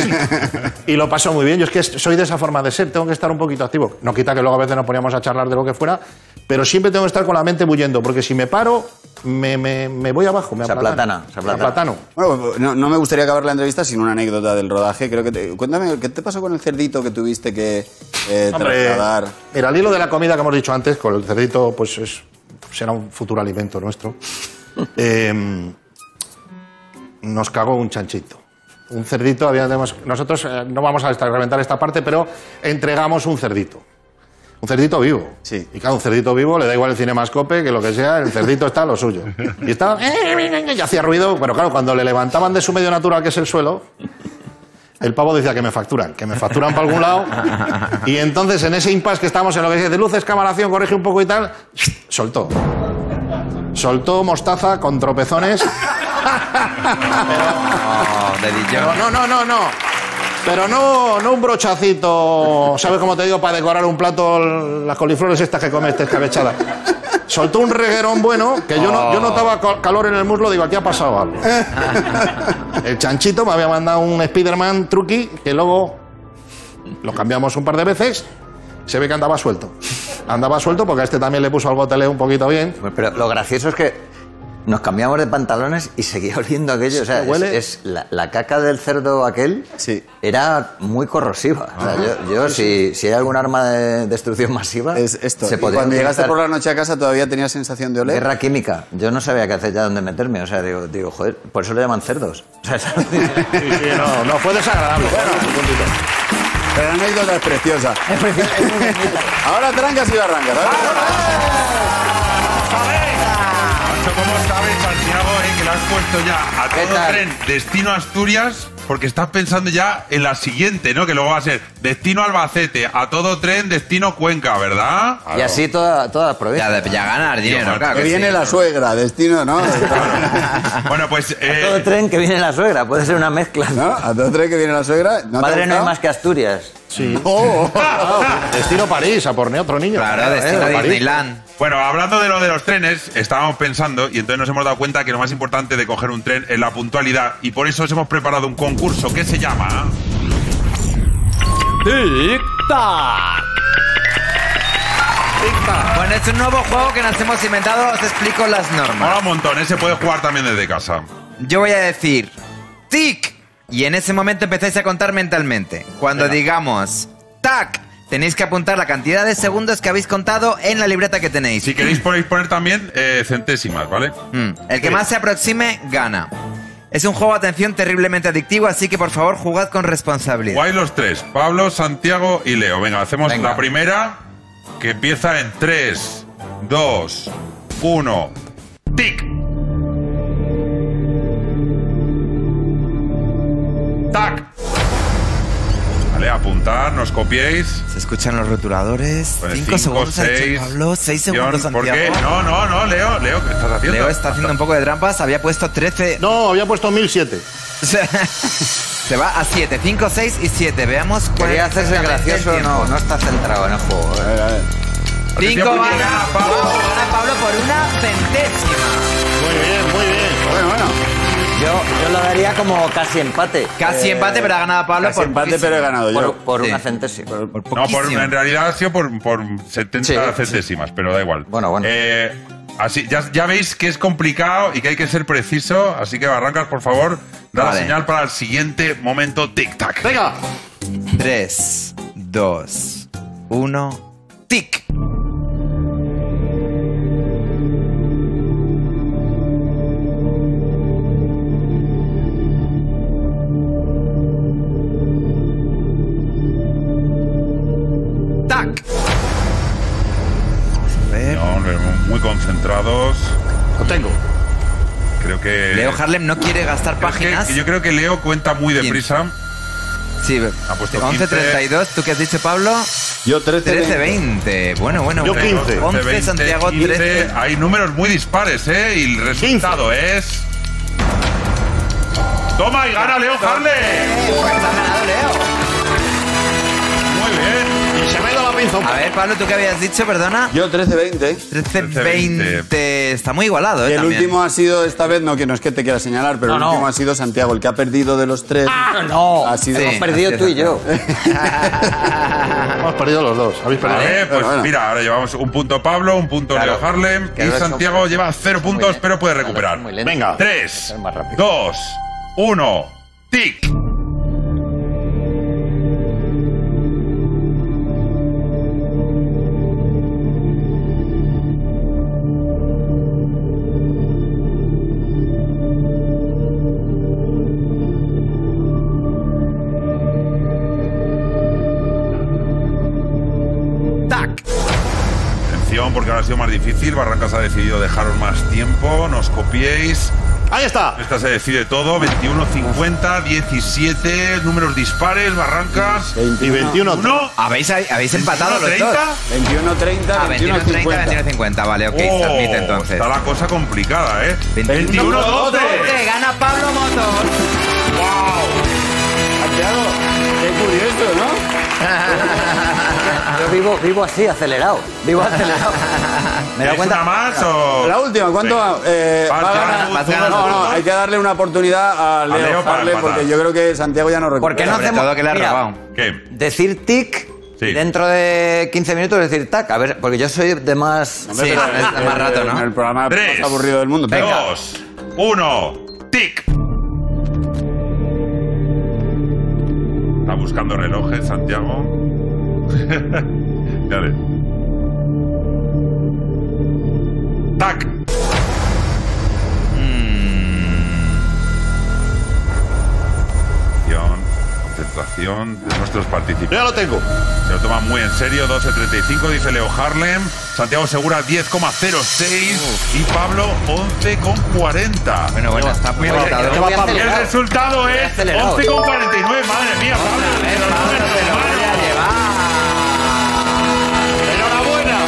Speaker 5: y lo pasó muy bien. Yo es que soy de esa forma de ser, tengo que estar un poquito activo. No quita que luego a veces nos poníamos a charlar de lo que fuera, pero siempre tengo que estar con la mente bulliendo, porque si me paro, me, me- me voy abajo, me
Speaker 3: Se
Speaker 5: aplatano.
Speaker 3: aplatana, se
Speaker 5: Me
Speaker 3: aplatana.
Speaker 5: aplatano.
Speaker 4: Bueno, pues, no, no me gustaría acabar la entrevista sin una anécdota del rodaje. Creo que te- cuéntame, ¿qué te pasó con el cerdito que tuviste que eh,
Speaker 5: Hombre,
Speaker 4: trasladar?
Speaker 5: Mira, al hilo de la comida que hemos dicho antes, con el cerdito, pues es, será un futuro alimento nuestro. Eh, nos cagó un chanchito. Un cerdito, habíamos- nosotros eh, no vamos a esta- reventar esta parte, pero entregamos un cerdito. Un cerdito vivo.
Speaker 4: Sí.
Speaker 5: Y claro, un cerdito vivo le da igual el cinemascope que lo que sea, el cerdito está a lo suyo. Y eh, estaba. Y hacía ruido, pero claro, cuando le levantaban de su medio natural, que es el suelo, el pavo decía que me facturan, que me facturan para algún lado. Y entonces, en ese impasse que estábamos en lo que dice de luces, cámara, acción, corrige un poco y tal, soltó. Soltó mostaza con tropezones.
Speaker 2: Oh,
Speaker 5: Pero
Speaker 2: dedillo.
Speaker 5: no, no, no, no. Pero no, no un brochacito, ¿sabes cómo te digo? Para decorar un plato l- las coliflores estas que comes, escabechadas. Soltó un reguerón bueno que yo, no, yo notaba cal- calor en el muslo. Digo, aquí ha pasado algo. El chanchito me había mandado un Spider-Man truqui que luego lo cambiamos un par de veces. Se ve que andaba suelto. Andaba suelto porque a este también le puso al botelé un poquito bien.
Speaker 3: Bueno, Pues, Pero lo gracioso es que nos cambiamos de pantalones y seguía oliendo aquello. O sea, es-
Speaker 5: huele.
Speaker 3: es, la, la caca del cerdo aquel
Speaker 4: Sí. Ah,
Speaker 3: era muy corrosiva. O sea, yo, yo si, si hay algún arma de destrucción masiva,
Speaker 4: Es esto.
Speaker 3: se
Speaker 4: Y
Speaker 3: podría
Speaker 4: cuando llegaste
Speaker 3: utilizar.
Speaker 4: por la noche a casa todavía tenías sensación de oler.
Speaker 3: Guerra química. Yo no sabía qué hacer ya dónde meterme. O sea, digo, digo, joder, por eso le llaman cerdos. O sea, es-
Speaker 5: Sí, sí, no, no, fue desagradable.
Speaker 4: Pero la anécdota es preciosa. Ahora trancas y barrancas. ¿vale?
Speaker 1: Macho, ¿cómo sabes, Santiago, eh, que lo has puesto ya a
Speaker 3: ¿Qué
Speaker 1: todo
Speaker 3: tal?
Speaker 1: tren destino Asturias? Porque estás pensando ya en la siguiente, ¿no? Que luego va a ser destino Albacete, a todo tren destino Cuenca, ¿verdad?
Speaker 3: y así toda, toda la provincia.
Speaker 2: Ya, ya ganar dinero, claro.
Speaker 4: Que
Speaker 2: que
Speaker 4: viene
Speaker 2: sí.
Speaker 4: la suegra, destino, ¿no?
Speaker 1: Bueno, pues... eh,
Speaker 3: Todo tren que viene la suegra. Puede ser una mezcla.
Speaker 4: ¿No? A dos tres que viene la suegra. ¿No te ha
Speaker 3: Padre, no hay
Speaker 4: gustado?
Speaker 3: más que Asturias.
Speaker 5: Sí.
Speaker 4: Oh, oh,
Speaker 5: Destino París, a por otro niño.
Speaker 2: Claro, destino
Speaker 5: Eh, París.
Speaker 2: Disneyland.
Speaker 1: Bueno, hablando de lo de los trenes, estábamos pensando y entonces nos hemos dado cuenta que lo más importante de coger un tren es la puntualidad y por eso os hemos preparado un concurso que se llama...
Speaker 2: Bueno, es un nuevo juego que nos hemos inventado, os explico las normas.
Speaker 1: Mola un montón, ¿eh? se puede jugar también desde casa.
Speaker 2: Yo voy a decir tic y en ese momento empezáis a contar mentalmente. Cuando digamos tac, tenéis que apuntar la cantidad de segundos que habéis contado en la libreta que tenéis.
Speaker 1: Si queréis podéis poner también eh, centésimas, ¿vale?
Speaker 2: Mm, El que más se aproxime gana. Es un juego, atención, terriblemente adictivo, así que por favor jugad con responsabilidad.
Speaker 1: Guay los tres, Pablo, Santiago y Leo. Venga, hacemos
Speaker 3: Venga.
Speaker 1: la primera que empieza en 3, 2, 1. ¡Tic! ¡Tac! Vale, apuntar, nos copiéis.
Speaker 2: Se escuchan los rotuladores.
Speaker 1: Pues
Speaker 2: cinco,
Speaker 1: cinco,
Speaker 2: segundos ha dicho
Speaker 1: seis,
Speaker 2: Pablo, seis segundos
Speaker 1: guión, ¿Por qué? No,
Speaker 2: Santiago.
Speaker 1: no, no, Leo, Leo, ¿qué estás haciendo?
Speaker 2: Leo está haciendo un poco de trampas, había puesto 13.
Speaker 5: No, había puesto 1007.
Speaker 2: Se va a 7, 5, 6 y 7. Veamos cuál
Speaker 3: Quería hacerse el
Speaker 2: exactamente el
Speaker 3: gracioso,
Speaker 2: tiempo.
Speaker 3: no, no está centrado en el juego. ¿eh?
Speaker 4: A ver, a ver.
Speaker 2: Cinco
Speaker 1: Atención,
Speaker 2: gana
Speaker 1: gana Pablo.
Speaker 2: Pablo. Gana Pablo por una centésima.
Speaker 5: Muy bien, muy bien.
Speaker 4: Bueno, bueno.
Speaker 3: Yo, yo lo daría como casi empate.
Speaker 2: Casi
Speaker 3: Eh,
Speaker 2: empate, pero ha ganado Pablo
Speaker 4: Casi
Speaker 2: por
Speaker 4: empate,
Speaker 2: poquísimo.
Speaker 4: pero he ganado yo.
Speaker 3: Por, por
Speaker 2: Sí.
Speaker 3: una centésima.
Speaker 2: Por
Speaker 1: No, por,
Speaker 2: poquísimo.
Speaker 1: en realidad ha sido por, por 70
Speaker 3: Sí, sí.
Speaker 1: centésimas, pero da igual.
Speaker 3: Bueno, bueno.
Speaker 1: Eh, así, ya, ya veis que es complicado y que hay que ser preciso, así que Barrancas, por favor, da la
Speaker 2: Vale.
Speaker 1: señal para el siguiente momento tic-tac.
Speaker 5: Venga.
Speaker 2: 3, 2, 1, tic. Tac. A ver,
Speaker 1: No, hombre, muy concentrados.
Speaker 5: Lo tengo.
Speaker 1: Creo que.
Speaker 2: Leo Harlem no quiere gastar
Speaker 1: creo que-
Speaker 2: páginas.
Speaker 1: yo creo que Leo cuenta muy deprisa.
Speaker 2: Sí,
Speaker 1: Ha puesto
Speaker 2: 11.32, ¿tú qué has dicho, Pablo?
Speaker 4: Yo 13.
Speaker 2: 13-20. Bueno, bueno,
Speaker 5: Yo
Speaker 2: bueno.
Speaker 5: 15.
Speaker 2: 11,
Speaker 1: 20,
Speaker 2: Santiago,
Speaker 1: 15.
Speaker 2: 13.
Speaker 1: Hay números muy dispares, ¿eh? Y el resultado es. ¡Toma y gana Leo Harley!
Speaker 3: pues,
Speaker 1: Muy bien.
Speaker 5: Y se me ha ido la pinza un
Speaker 2: A ver, Pablo, ¿tú qué habías dicho? Perdona.
Speaker 4: Yo 13-20.
Speaker 2: 13-20. Está muy igualado, ¿eh?
Speaker 4: El
Speaker 2: también.
Speaker 4: último ha sido, esta vez, no que no es que te quiera señalar, pero
Speaker 3: No,
Speaker 4: el
Speaker 3: no.
Speaker 4: último ha sido Santiago, el que ha perdido de los tres.
Speaker 2: Ah.
Speaker 3: No,
Speaker 4: Ha sido-
Speaker 3: hemos
Speaker 2: Sí,
Speaker 3: perdido
Speaker 2: así
Speaker 3: tú
Speaker 2: es,
Speaker 3: y yo.
Speaker 5: Hemos perdido los dos. Habéis perdido.
Speaker 1: Vale, pues
Speaker 4: bueno.
Speaker 1: mira, ahora llevamos un punto Pablo, un punto
Speaker 3: Claro.
Speaker 1: Leo Harlem
Speaker 3: Que
Speaker 1: y
Speaker 3: lo he hecho
Speaker 1: Santiago
Speaker 3: muy-
Speaker 1: lleva cero
Speaker 3: muy
Speaker 1: puntos,
Speaker 3: lento.
Speaker 1: pero puede
Speaker 3: Claro,
Speaker 1: recuperar.
Speaker 3: muy lento.
Speaker 5: Venga.
Speaker 1: Tres,
Speaker 3: Ser más rápido.
Speaker 1: dos, uno, tic.
Speaker 2: ¡Tac!
Speaker 1: Atención, porque ahora ha sido más difícil. Barrancas ha decidido dejaros más tiempo, nos copiéis.
Speaker 5: Ahí está.
Speaker 1: Esta se decide todo: 21, 50, 17, números dispares, Barrancas.
Speaker 5: Y 21.
Speaker 1: Uno,
Speaker 2: ¿Habéis, habéis empatado los
Speaker 1: 30.
Speaker 2: dos?
Speaker 4: 21-30,
Speaker 2: Ah, 21, 30,
Speaker 4: 21-50.
Speaker 2: 21, 50. Vale, ok, se
Speaker 1: Oh,
Speaker 2: admite entonces.
Speaker 1: Está la cosa complicada, ¿eh?
Speaker 2: 21,
Speaker 1: 12.
Speaker 2: ¡Gana Pablo Motos!
Speaker 1: ¡Wow!
Speaker 4: Santiago,
Speaker 3: vivo, vivo así, acelerado. Vivo acelerado. Me da
Speaker 1: ¿Queréis
Speaker 3: cuenta.
Speaker 1: una más o...?
Speaker 4: La última, ¿cuánto
Speaker 1: Venga.
Speaker 4: va? Eh,
Speaker 1: Oh. Vas,
Speaker 4: va a
Speaker 1: ganas
Speaker 4: ganar-
Speaker 1: tú,
Speaker 2: vas
Speaker 1: tú,
Speaker 2: ganando.
Speaker 1: tú,
Speaker 4: No,
Speaker 1: tú.
Speaker 4: no, hay que darle una oportunidad a Leo,
Speaker 1: Leo para
Speaker 4: Harley,
Speaker 1: empatar.
Speaker 4: porque yo creo que Santiago ya no recuerda.
Speaker 3: ¿Por qué no
Speaker 2: Sobre
Speaker 3: hacemos
Speaker 2: todo que le ha
Speaker 3: mira,
Speaker 2: robado.
Speaker 1: ¿Qué?
Speaker 3: Decir tic
Speaker 1: Sí.
Speaker 3: dentro de 15 minutos, decir tac. A ver, porque yo soy de más.
Speaker 2: Sí, es
Speaker 4: Eh,
Speaker 2: más rato,
Speaker 4: en
Speaker 2: ¿no?
Speaker 4: El programa
Speaker 1: Tres.
Speaker 4: más aburrido del mundo.
Speaker 1: Dos, uno, tic. Está buscando relojes, Santiago. Dale. Tac. Hmm. Atención, Concentración de nuestros participantes.
Speaker 5: Ya lo tengo.
Speaker 1: Se lo toman muy en serio. 12.35, dice Leo Harlem. Santiago Segura 10,06 y Pablo 11,40.
Speaker 2: Bueno, bueno, está muy ¿eh?
Speaker 1: Oye,
Speaker 2: apretado.
Speaker 1: el
Speaker 3: voy a
Speaker 1: El
Speaker 3: acelerar.
Speaker 1: resultado es
Speaker 3: acelerado.
Speaker 1: 11,49. Madre mía, Pablo.
Speaker 5: ¡Enhorabuena!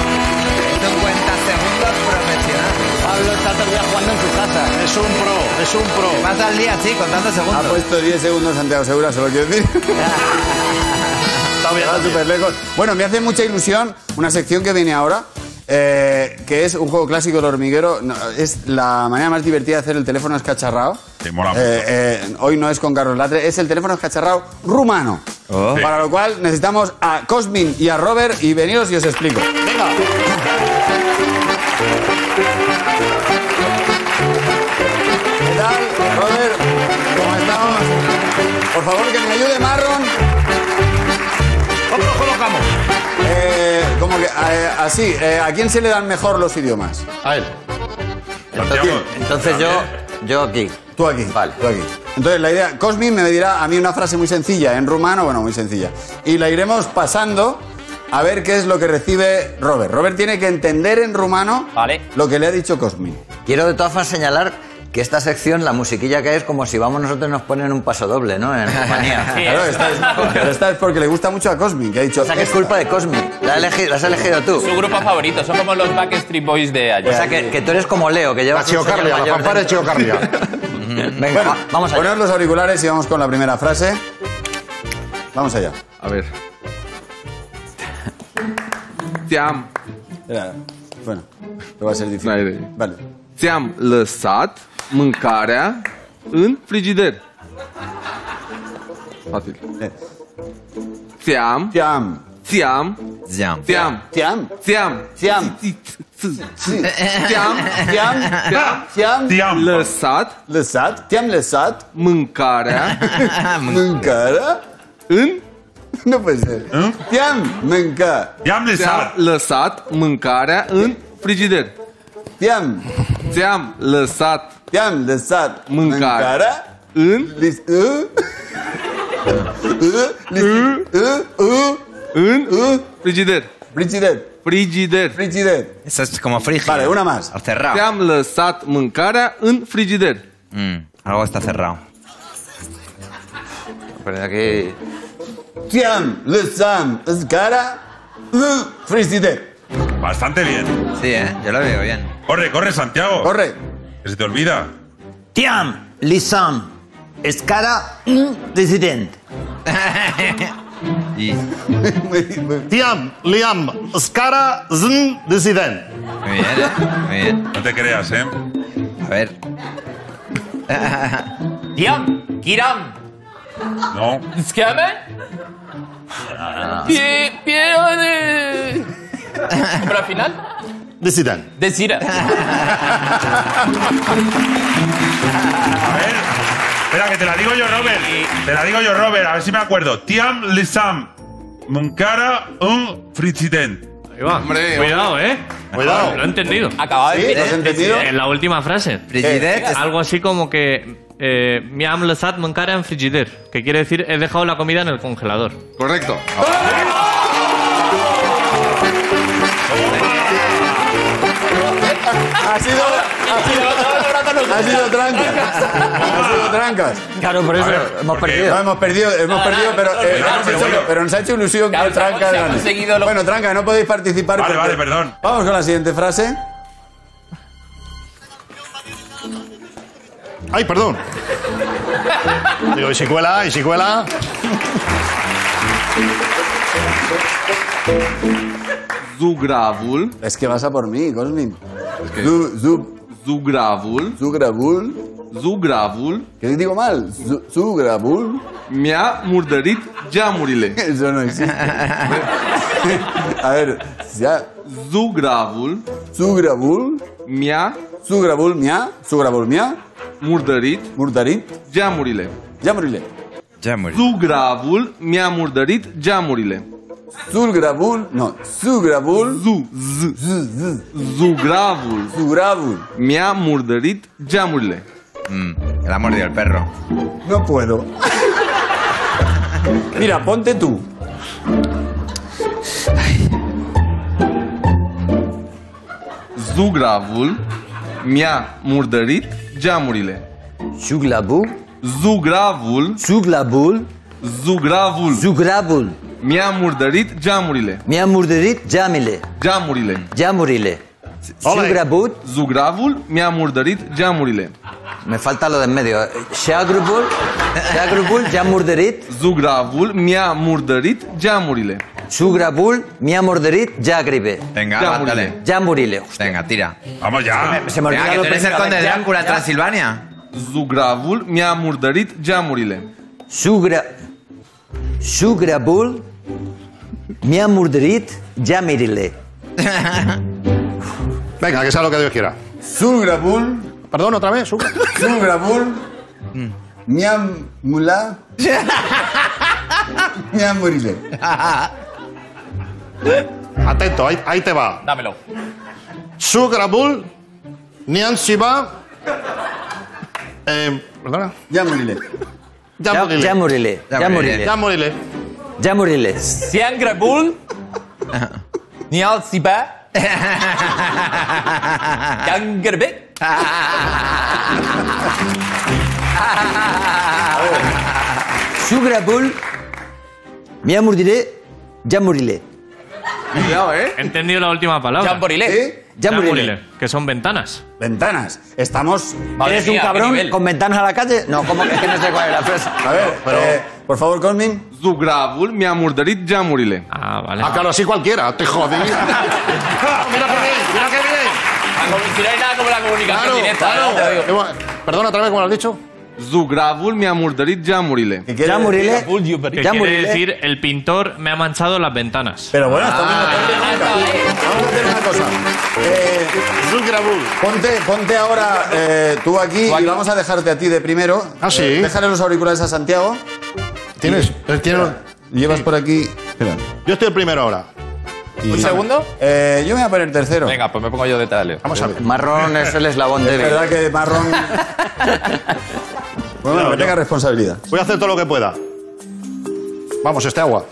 Speaker 2: Es un cuentasegundos profesional.
Speaker 3: Pablo está todo el día jugando en su casa.
Speaker 5: Es un pro, es un pro.
Speaker 2: Pasa el día así, contando
Speaker 4: Ha
Speaker 2: segundos.
Speaker 4: puesto 10 segundos Santiago Segura, se lo quiero decir.
Speaker 5: Está bien,
Speaker 4: Va
Speaker 5: está bien.
Speaker 4: súper lejos. Bueno, me hace mucha ilusión una sección que viene ahora, eh, que es un juego clásico del hormiguero. No, es la manera más divertida de hacer el teléfono escacharrado.
Speaker 1: Sí, mola mucho.
Speaker 4: Eh, eh, hoy no es con Carlos Latre, es el teléfono escacharrado rumano.
Speaker 2: Oh.
Speaker 1: Sí.
Speaker 4: Para lo cual necesitamos a Cosmin y a Robert y veniros y os explico.
Speaker 5: Venga.
Speaker 4: ¿Qué tal, Robert? ¿Cómo estamos? Por favor, que me ayude Marron.
Speaker 5: ¿Cómo lo colocamos?
Speaker 4: Eh, como que, eh, así, eh, ¿a quién se le dan mejor los idiomas?
Speaker 5: A él.
Speaker 1: Santiago,
Speaker 3: Entonces yo, yo aquí.
Speaker 4: Tú aquí.
Speaker 3: Vale.
Speaker 4: Tú aquí. Entonces, la idea, Cosmin me dirá a mí una frase muy sencilla, en rumano, bueno, muy sencilla. Y la iremos pasando a ver qué es lo que recibe Robert. Robert tiene que entender en rumano
Speaker 3: Vale.
Speaker 4: lo que le ha dicho Cosmin.
Speaker 3: Quiero de todas formas señalar que esta sección, la musiquilla que es, como si vamos nosotros nos ponen un paso doble, ¿no? En Rumanía.
Speaker 4: Claro, esta es, pero esta es porque le gusta mucho a Cosmin, que ha dicho...
Speaker 3: O sea, que es culpa de Cosmi. La, elegi- la has elegido tú.
Speaker 11: Su grupo favorito, son como los Backstreet Boys de
Speaker 3: O
Speaker 11: ayer.
Speaker 3: sea, que, que tú eres como Leo, que llevas...
Speaker 5: La chiocardia, la fanfara de chiocardia.
Speaker 3: Venga, va- vamos allá.
Speaker 4: Poner los auriculares y vamos con la primera frase. Vamos allá.
Speaker 11: A ver.
Speaker 12: Te-am,
Speaker 4: Espera, Bueno, esto va a ser
Speaker 12: N-ai
Speaker 4: difícil.
Speaker 12: idee.
Speaker 4: Vale.
Speaker 12: te-am lăsat mâncarea în frigider. Facil.
Speaker 4: Eh,
Speaker 12: Te-am,
Speaker 4: Tiam.
Speaker 12: te-am,
Speaker 2: Ya.
Speaker 12: te-am,
Speaker 4: Tiam.
Speaker 12: te-am,
Speaker 4: Tiam.
Speaker 12: te-am,
Speaker 4: Tiam.
Speaker 12: te-am
Speaker 4: Tiam.
Speaker 1: Tiam.
Speaker 12: lăsat
Speaker 4: Lăsat. Tiam lăsat.
Speaker 12: mâncarea
Speaker 4: Mâncarea.
Speaker 12: în...
Speaker 4: No puede ser.
Speaker 1: ¿Eh?
Speaker 4: Tiam. Mânca.
Speaker 1: Tiam le
Speaker 12: Te-am
Speaker 1: sal.
Speaker 12: lăsat mâncarea în frigider.
Speaker 4: Tiam.
Speaker 12: Te-am lăsat
Speaker 4: Tiam lăsat.
Speaker 12: Mâncare.
Speaker 4: Mâncarea.
Speaker 12: în...
Speaker 4: Lis. Ă. Ă. Lis. Ă. Ă.
Speaker 12: în...
Speaker 4: Ă.
Speaker 12: frigider.
Speaker 4: Frigider.
Speaker 12: Frigider.
Speaker 4: Frigider.
Speaker 2: Eso es como frígido.
Speaker 4: Vale, una más.
Speaker 2: Cerrado.
Speaker 12: Te-am lăsat mâncarea în frigider.
Speaker 2: Mm, algo está cerrado.
Speaker 3: Pero aquí...
Speaker 4: Tiam lăsam. Zgara. Ă. Frigider.
Speaker 1: Bastante bien.
Speaker 2: Sí, ¿eh? Yo lo veo bien.
Speaker 1: Corre, corre, Santiago.
Speaker 4: Corre.
Speaker 1: Que se te olvida.
Speaker 3: Tiam, lisam, escara, un dissident.
Speaker 2: Y...
Speaker 4: Muy- muy-
Speaker 5: Tiam, Liam, Skara, Zn, Dissident.
Speaker 2: Muy bien, ¿eh? Muy bien.
Speaker 1: No te creas, ¿eh?
Speaker 2: A ver.
Speaker 11: Tiam, Kiram,
Speaker 1: No.
Speaker 11: Skamen. Pie, pie, de... Pero al final,
Speaker 5: Dissident.
Speaker 11: decir.
Speaker 1: A ver. Espera, que te la digo yo, Robert. Te la digo yo, Robert. A ver si me acuerdo. Tiam le sam. Muncara un frigident.
Speaker 12: Hombre,
Speaker 11: Cuidado, eh.
Speaker 5: Cuidado.
Speaker 11: he entendido. Acaba de
Speaker 4: ¿Sí? ¿Lo has entendido?
Speaker 11: la última frase.
Speaker 2: Frigidet. es-
Speaker 11: Algo así como que. Eh, me han lăsat mâncarea en frigider, que quiere decir he dejado la comida en el congelador.
Speaker 12: correcto.
Speaker 4: Ha sido, ha sido trancas. Ha sido trancas.
Speaker 3: Claro, por eso hemos
Speaker 1: porque-
Speaker 3: perdido.
Speaker 4: No, hemos perdido, hemos perdido, pero, eh,
Speaker 1: Claro,
Speaker 4: hemos
Speaker 1: pero
Speaker 4: hecho-
Speaker 1: bueno.
Speaker 4: pero nos ha hecho ilusión
Speaker 11: Claro,
Speaker 4: que
Speaker 11: se ha-
Speaker 4: Tranca
Speaker 11: se ha
Speaker 4: gane.
Speaker 11: conseguido lo-
Speaker 4: Bueno, Tranca, no podéis participar.
Speaker 1: Vale, vale, perdón.
Speaker 4: Vamos con la siguiente frase.
Speaker 5: Ay, perdón. Digo, y si cuela, y si cuela.
Speaker 12: Zugravul.
Speaker 4: Es que vas a por mí, Cosmin. Zu- zu-
Speaker 12: Zugravul.
Speaker 4: Zugravul.
Speaker 12: Zugravul.
Speaker 4: ¿Qué digo mal? Zu- Zugravul.
Speaker 12: Mi-a murdărit geamurile.
Speaker 4: Eso no existe. a ver, ya.
Speaker 12: Zugravul.
Speaker 4: Zugravul.
Speaker 12: Mi-a
Speaker 4: Zugravul mia. Zugravul mia.
Speaker 12: murdărit
Speaker 4: Murdarit.
Speaker 12: geamurile.
Speaker 4: Ya moriré.
Speaker 2: Ya morí.
Speaker 12: Zugravul mi-a murdărit geamurile.
Speaker 4: Zugravul. No. Zugravul.
Speaker 12: Zu. Z. Zugravul
Speaker 4: Zugravul.
Speaker 12: mi-a murdărit geamurile.
Speaker 2: Mm, la ha mordido el perro.
Speaker 4: No puedo. Mira, ponte tú.
Speaker 12: Zugravul mi-a murdărit geamurile.
Speaker 3: Zuglabul.
Speaker 12: Zugravul,
Speaker 3: Zuglabul.
Speaker 12: zugravul
Speaker 3: Zugrabul.
Speaker 12: mi-a murdărit geamurile.
Speaker 3: Mi-a murdărit geamile.
Speaker 12: Geamurile.
Speaker 3: Geamurile.
Speaker 5: Ole.
Speaker 3: Zugrabul.
Speaker 12: Zugravul mi-a murdărit geamurile.
Speaker 3: Me falta lo de en medio. Sheagrubul. Sheagrubul. Ya murdărit.
Speaker 12: Zugravul mi-a murdărit geamurile.
Speaker 3: Zugrabul. Mi-a murdărit geagribe.
Speaker 2: Venga,
Speaker 12: Ya
Speaker 2: mátale.
Speaker 12: moriré.
Speaker 3: Geamurile.
Speaker 2: Venga, tira.
Speaker 1: Vamos ya.
Speaker 3: Se me
Speaker 2: Venga,
Speaker 3: olvida
Speaker 2: que
Speaker 3: lo
Speaker 2: tú eres el
Speaker 3: primero.
Speaker 2: conde de
Speaker 3: Ya-
Speaker 2: Drácula,
Speaker 3: ya.
Speaker 2: Transilvania.
Speaker 12: Zugravul mi-a murdărit geamurile.
Speaker 3: Sugra... Sugrabul mi-a murdărit geamurile.
Speaker 5: Venga, que sea lo que Dios quiera.
Speaker 4: Zugravul.
Speaker 5: Perdón, otra vez. Sugra.
Speaker 4: Zugravul. Miam mula. Miam moriré.
Speaker 5: Atento, ahí, ahí te va.
Speaker 13: Dámelo.
Speaker 5: Sugrabul, Nian Shiba. Eh, perdona.
Speaker 4: Ya moriré.
Speaker 3: Ya-
Speaker 5: Yamurile.
Speaker 3: Ya murile. Ya murile.
Speaker 5: Yamurile.
Speaker 3: Ya murile.
Speaker 13: Sian Grabul. Nial Siba. Yang Gerbe.
Speaker 3: Sugrabul mi-a murdire geamurile.
Speaker 12: Cuidado, eh.
Speaker 11: He entendido la última palabra.
Speaker 13: Jan Borile.
Speaker 4: ¿Eh?
Speaker 3: Geamurile.
Speaker 11: Que son ventanas.
Speaker 4: Ventanas. Estamos.
Speaker 13: Madre
Speaker 3: ¿Eres un
Speaker 13: mía, qué
Speaker 3: cabrón
Speaker 13: nivel.
Speaker 3: con ventanas a la calle? No, ¿cómo que, que no sé cuál es la frase?
Speaker 4: A ver, eh, por favor, Colmin.
Speaker 12: Zugravul mi-a murdărit geamurile.
Speaker 11: Ah, vale.
Speaker 5: Ah, claro, así cualquiera. Te jodí. mira qué bien, mira qué bien.
Speaker 13: Si no hay nada Ah, como la comunicación
Speaker 5: Claro,
Speaker 13: directa. ¿no? Te
Speaker 5: claro.
Speaker 13: digo.
Speaker 5: Hemos- Perdona otra vez, como lo has dicho.
Speaker 12: Zugravul mi-a murdărit geamurile.
Speaker 4: que quiere-
Speaker 3: Geamurile.
Speaker 13: Bull, you
Speaker 11: Que
Speaker 13: very-
Speaker 3: Ya
Speaker 11: quiere
Speaker 3: moriré.
Speaker 11: decir, el pintor me ha manchado las ventanas.
Speaker 4: Pero bueno, estamos en la
Speaker 13: Ah, estaba ahí.
Speaker 4: Vamos a hacer una cosa. Eh, ponte, ponte ahora eh, tú aquí y vamos a dejarte a ti de primero.
Speaker 5: Ah, sí.
Speaker 4: Eh, déjale los auriculares a Santiago.
Speaker 5: Tienes. tienes-
Speaker 4: Llevas por aquí. Espera.
Speaker 5: Yo estoy el primero ahora.
Speaker 4: Y-
Speaker 13: ¿Un segundo?
Speaker 4: Eh, yo me voy a poner tercero.
Speaker 13: Venga, pues me pongo yo de tal.
Speaker 5: Vamos a ver.
Speaker 3: Marrón es el eslabón
Speaker 4: Es
Speaker 3: débil.
Speaker 4: verdad que marrón. bueno,
Speaker 5: Claro,
Speaker 4: que tenga
Speaker 5: yo.
Speaker 4: responsabilidad.
Speaker 5: Voy a hacer todo lo que pueda. Vamos, este agua.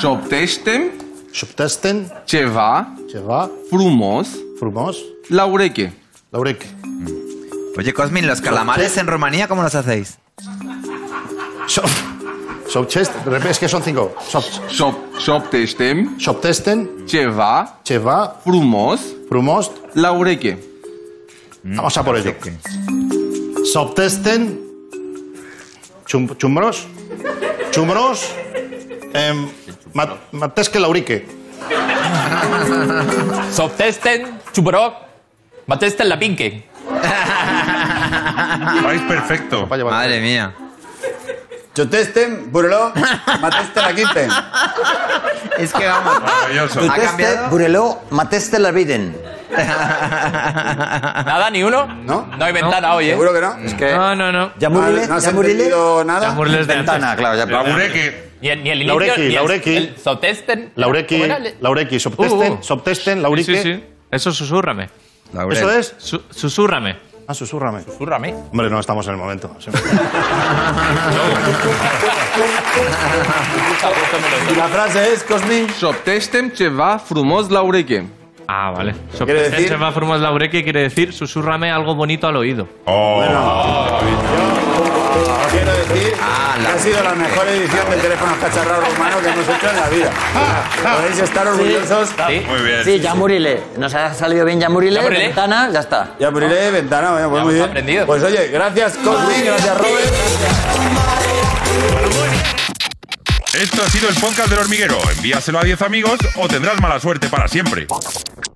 Speaker 12: Șoptește
Speaker 5: Subtesten.
Speaker 12: ceva
Speaker 5: Se va.
Speaker 12: frumos
Speaker 5: Frumos.
Speaker 12: la ureche.
Speaker 5: Laurek.
Speaker 2: Oye, Cosmin, ¿los calamares en Rumanía cómo los hacéis?
Speaker 5: Sobchest. Es que son cinco. Sob-
Speaker 12: Șop- Șoptește
Speaker 5: Sobtesten.
Speaker 12: ceva
Speaker 5: Se va.
Speaker 12: frumos
Speaker 5: Frumost.
Speaker 12: la ureche.
Speaker 5: Vamos a por ello. Sobtesten. Chum- chumbros. Chumbros. em, mat- matesque laurique.
Speaker 13: Softesten, Chuporok, Matesten la pinque.
Speaker 1: Vais perfecto.
Speaker 5: Vaya, vaya.
Speaker 2: Madre mía.
Speaker 4: Chotesten, burló, matesten la quinten.
Speaker 2: Es que vamos.
Speaker 3: Ah.
Speaker 1: Maravilloso.
Speaker 2: ¿Ha
Speaker 3: Tuteste,
Speaker 2: cambiado?
Speaker 3: bureló, mateste la viden.
Speaker 13: Nada, ni uno.
Speaker 4: ¿No?
Speaker 13: No hay ventana hoy, ¿eh?
Speaker 4: ¿Seguro que no?
Speaker 3: Es que...
Speaker 11: No, no, no.
Speaker 3: Yamurile,
Speaker 4: Ah, ¿No has
Speaker 3: yamurile.
Speaker 4: entendido nada?
Speaker 11: Murles de antes.
Speaker 3: Ventana, claro, ya.
Speaker 1: La bureque.
Speaker 13: Ni el, ni el inicio,
Speaker 5: Laureki,
Speaker 13: ni el-
Speaker 5: Laureki.
Speaker 13: el Softesten.
Speaker 5: Laureki.
Speaker 13: ¿Cómo era el-
Speaker 5: Laureki. Sobtesten.
Speaker 11: Uh, uh.
Speaker 5: Sobtesten.
Speaker 11: Sí,
Speaker 5: Laurique.
Speaker 11: sí, sí. Eso susúrrame.
Speaker 2: Laurel.
Speaker 5: ¿Eso es?
Speaker 11: Su- susúrrame.
Speaker 5: Ah, susúrrame.
Speaker 13: Zurrame.
Speaker 5: Hombre, no estamos en el momento. Sí.
Speaker 13: pues,
Speaker 4: Y la frase es, Cosmin.
Speaker 12: Șoptește ceva frumos la ureche.
Speaker 11: Ah, vale.
Speaker 4: Quiere decir-
Speaker 11: Se va formas la ureque quiere decir susúrrame algo bonito al oído.
Speaker 4: Quiero decir
Speaker 13: Ah,
Speaker 4: que ha sido la mejor edición del teléfono cacharrado rumano que hemos hecho en la vida.
Speaker 13: Ah.
Speaker 4: Podéis estar orgullosos.
Speaker 13: Sí.
Speaker 1: Muy bien.
Speaker 3: Sí, yamurile. Nos ha salido bien yamurile,
Speaker 13: Yamurile.
Speaker 3: ventana, ya está.
Speaker 4: Ya abriré ventana, bueno, pues
Speaker 13: Ya
Speaker 4: muy
Speaker 13: hemos
Speaker 4: bien.
Speaker 13: aprendido.
Speaker 4: Pues oye, gracias Cosmin, gracias Robert.
Speaker 1: Eh, Esto ha sido el podcast del hormiguero. Envíaselo a 10 amigos o tendrás mala suerte para siempre.